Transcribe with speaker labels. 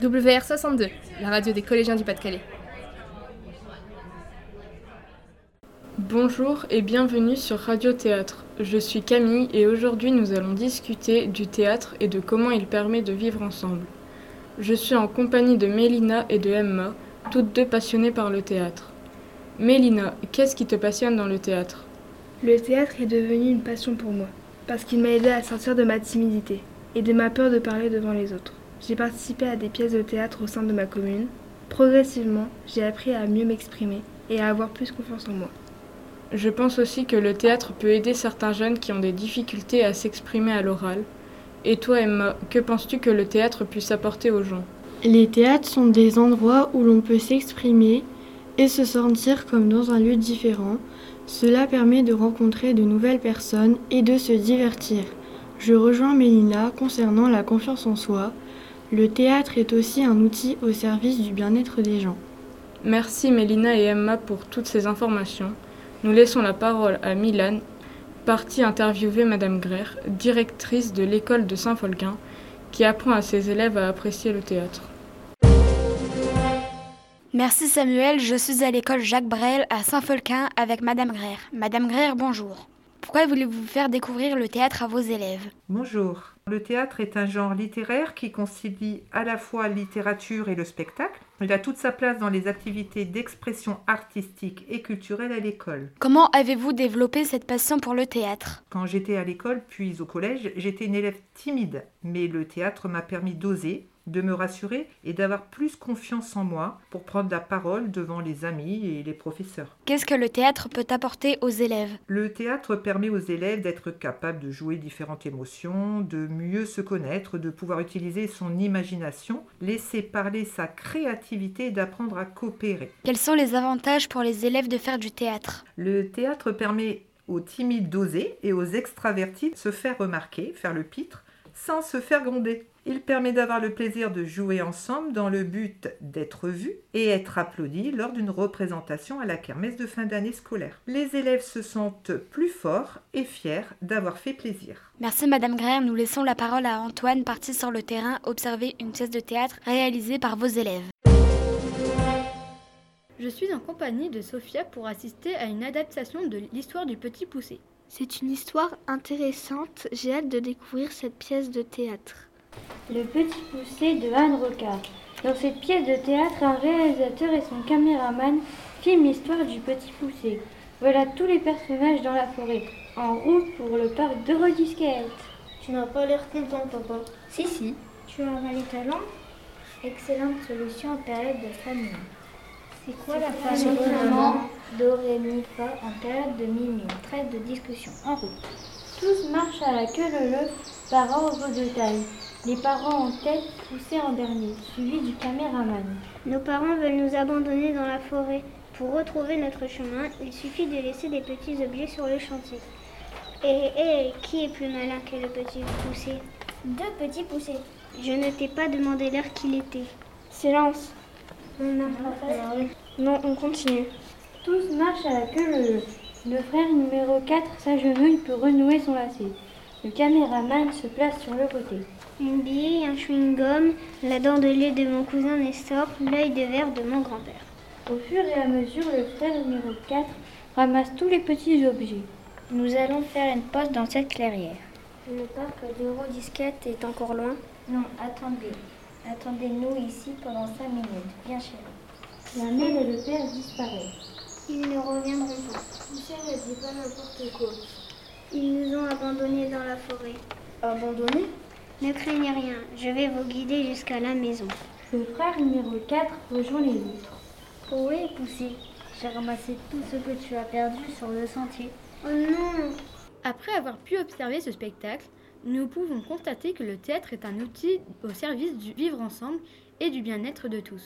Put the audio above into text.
Speaker 1: WR62, la radio des collégiens du Pas-de-Calais.
Speaker 2: Bonjour et bienvenue sur Radio Théâtre. Je suis Camille et aujourd'hui nous allons discuter du théâtre et de comment il permet de vivre ensemble. Je suis en compagnie de Mélina et de Emma, toutes deux passionnées par le théâtre. Mélina, qu'est-ce qui te passionne dans le théâtre
Speaker 3: Le théâtre est devenu une passion pour moi, parce qu'il m'a aidé à sortir de ma timidité et de ma peur de parler devant les autres. J'ai participé à des pièces de théâtre au sein de ma commune. Progressivement, j'ai appris à mieux m'exprimer et à avoir plus confiance en moi.
Speaker 2: Je pense aussi que le théâtre peut aider certains jeunes qui ont des difficultés à s'exprimer à l'oral. Et toi, Emma, que penses-tu que le théâtre puisse apporter aux gens
Speaker 4: Les théâtres sont des endroits où l'on peut s'exprimer et se sentir comme dans un lieu différent. Cela permet de rencontrer de nouvelles personnes et de se divertir. Je rejoins Mélina concernant la confiance en soi. Le théâtre est aussi un outil au service du bien-être des gens.
Speaker 2: Merci Mélina et Emma pour toutes ces informations. Nous laissons la parole à Milan, partie interviewer Madame Greer, directrice de l'école de Saint-Folquin, qui apprend à ses élèves à apprécier le théâtre.
Speaker 5: Merci Samuel, je suis à l'école Jacques Brel à Saint-Folquin avec Madame Greer. Madame Greer, bonjour. Pourquoi voulez-vous faire découvrir le théâtre à vos élèves
Speaker 6: Bonjour. Le théâtre est un genre littéraire qui concilie à la fois littérature et le spectacle. Il a toute sa place dans les activités d'expression artistique et culturelle à l'école.
Speaker 5: Comment avez-vous développé cette passion pour le théâtre
Speaker 6: Quand j'étais à l'école, puis au collège, j'étais une élève timide, mais le théâtre m'a permis d'oser, de me rassurer et d'avoir plus confiance en moi pour prendre la parole devant les amis et les professeurs.
Speaker 5: Qu'est-ce que le théâtre peut apporter aux élèves
Speaker 6: Le théâtre permet aux élèves d'être capables de jouer différentes émotions, de mieux se connaître, de pouvoir utiliser son imagination, laisser parler sa créativité et d'apprendre à coopérer.
Speaker 5: Quels sont les avantages pour les élèves de faire du théâtre
Speaker 6: Le théâtre permet aux timides d'oser et aux extravertis de se faire remarquer, faire le pitre, sans se faire gronder. Il permet d'avoir le plaisir de jouer ensemble dans le but d'être vu et être applaudi lors d'une représentation à la kermesse de fin d'année scolaire. Les élèves se sentent plus forts et fiers d'avoir fait plaisir.
Speaker 5: Merci Madame Greer, nous laissons la parole à Antoine parti sur le terrain observer une pièce de théâtre réalisée par vos élèves.
Speaker 7: Je suis en compagnie de Sophia pour assister à une adaptation de l'histoire du petit poussé.
Speaker 8: C'est une histoire intéressante, j'ai hâte de découvrir cette pièce de théâtre.
Speaker 9: Le petit poussé de Anne Rocard. Dans cette pièce de théâtre, un réalisateur et son caméraman filment l'histoire du petit poussé. Voilà tous les personnages dans la forêt, en route pour le parc de Rodisquette.
Speaker 10: Tu n'as pas l'air content, papa.
Speaker 11: Si, si.
Speaker 12: Tu as mal les talents
Speaker 11: Excellente solution en période de famine.
Speaker 12: C'est quoi la famille maman
Speaker 11: Do, ré, mi, fa en période de minuit. Trêve de discussion en route.
Speaker 9: Tous marchent à la queue leu-leu par ordre de taille. Les parents en tête poussés en dernier, suivis du caméraman.
Speaker 13: Nos parents veulent nous abandonner dans la forêt. Pour retrouver notre chemin, il suffit de laisser des petits objets sur le chantier. Et, et qui est plus malin que le petit poussé
Speaker 11: Deux petits poussés.
Speaker 13: Je ne t'ai pas demandé l'heure qu'il était.
Speaker 12: Silence.
Speaker 13: Non, non, non,
Speaker 12: non, on continue.
Speaker 9: Tous marchent à la queue leu-leu. Le frère numéro 4 s'agenouille peut renouer son lacet. Le caméraman se place sur le côté.
Speaker 13: Une bille, un chewing-gum, la dent de lait de mon cousin Nestor, l'œil de verre de mon grand-père.
Speaker 9: Au fur et à mesure, le frère numéro 4 ramasse tous les petits objets.
Speaker 11: Nous allons faire une pause dans cette clairière.
Speaker 13: Le parc d'Eurodisquette est encore loin
Speaker 11: Non, attendez. Attendez-nous ici pendant 5 minutes. Bien chez nous.
Speaker 9: La mère et le père disparaissent.
Speaker 13: Ils ne reviendront pas.
Speaker 11: Michel ne dit pas n'importe quoi.
Speaker 13: Ils nous ont abandonnés dans la forêt.
Speaker 11: Abandonnés
Speaker 13: Ne craignez rien, je vais vous guider jusqu'à la maison.
Speaker 9: Le frère numéro 4 rejoint les autres.
Speaker 11: Oui, poussé. J'ai ramassé tout ce que tu as perdu sur le sentier.
Speaker 13: Oh non
Speaker 7: Après avoir pu observer ce spectacle, nous pouvons constater que le théâtre est un outil au service du vivre ensemble et du bien-être de tous.